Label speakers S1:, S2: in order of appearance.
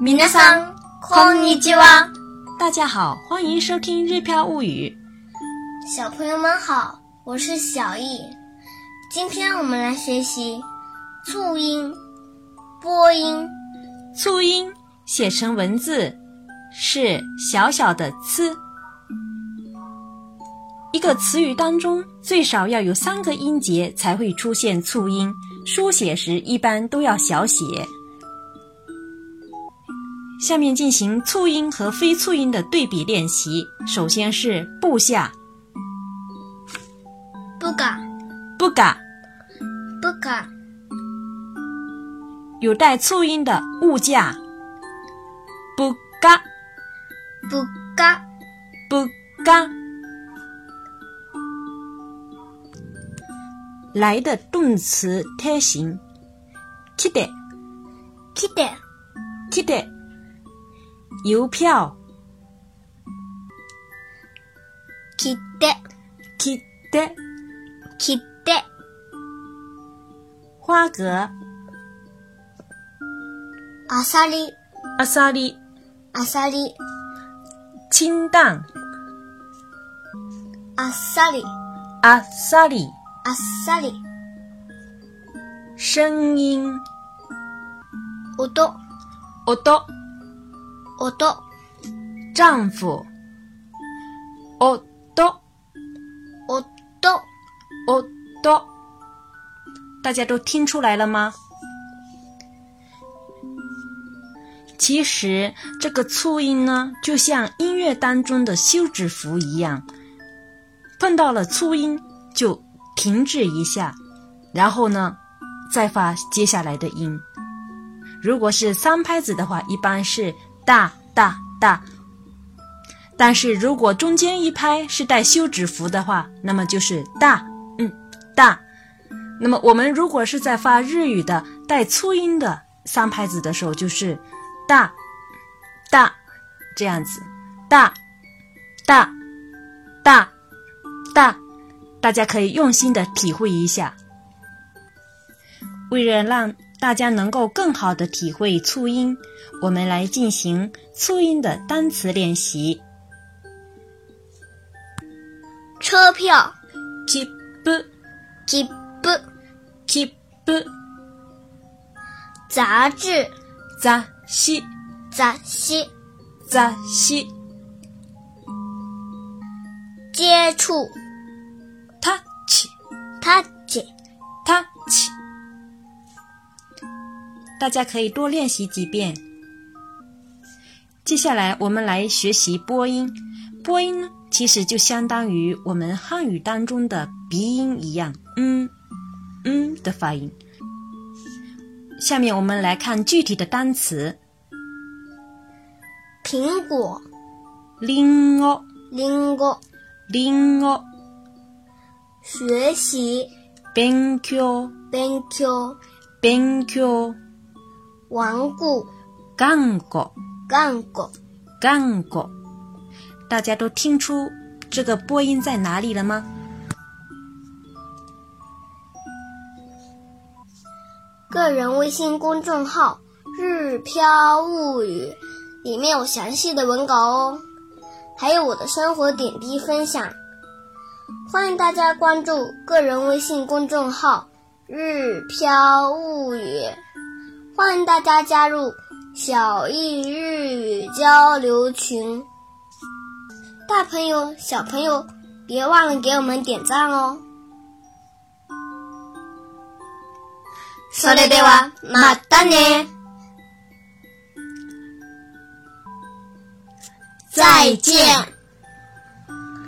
S1: 皆さんこんにちは。
S2: 大家好，欢迎收听《日飘物语
S1: 小朋友们好，我是小易。今天我们来学习促音、播音、》。
S2: 促音写成文字是小小的“呲”。一个词语当中最少要有三个音节才会出现促音，书写时一般都要小写。下面进行促音和非促音的对比练习。首先是部下
S1: 部下、
S2: 部嘎
S1: 部下、
S2: 有带促音的物价部嘎
S1: 部下、
S2: 不干。来的动词贴形，来て
S1: 来て、
S2: 来て，邮票
S1: 来て、
S2: 来て，
S1: 来て、
S2: 花蛤
S1: あさり、
S2: アサリ
S1: あさり、
S2: 清淡
S1: あっさり、
S2: アサリ
S1: あっさり、
S2: 声音
S1: 音、
S2: 音
S1: 音、
S2: 丈夫夫
S1: 音、
S2: 夫，哦大家都听出来了吗？其实这个促音呢，就像音乐当中的休止符一样，碰到了促音就停滞一下，然后呢，再发接下来的音。如果是三拍子的话，一般是大大大。但是如果中间一拍是带休止符的话，那么就是大嗯大。那么我们如果是在发日语的带粗音的三拍子的时候，就是大大这样子，大大大大，大家可以用心的体会一下。为了让大家能够更好的体会促音，我们来进行促音的单词练习。
S1: 车票、
S2: 切不
S1: 切符、
S2: 切不
S1: 杂志、
S2: 杂西
S1: 雑誌、
S2: 杂西
S1: 接触、
S2: 他起
S1: タッチ、
S2: 他起。大家可以多练习几遍。接下来我们来学习播音。播音呢，其实就相当于我们汉语当中的鼻音一样，嗯嗯的发音。下面我们来看具体的单词：
S1: 苹果、
S2: 林哦，
S1: リンゴ、
S2: 林哦，
S1: 学习、
S2: 勉強、
S1: 勉強、
S2: 勉強、
S1: 顽固、
S2: 頑固。
S1: 頑固、
S2: 干过。大家都听出这个播音在哪里了吗？
S1: 个人微信公众号“日飘物语”，里面有详细的文稿哦，还有我的生活点滴分享。欢迎大家关注个人微信公众号“日飘物语”，欢迎大家加入小易日语交流群。大朋友、小朋友，别忘了给我们点赞哦！それではまたね。再见。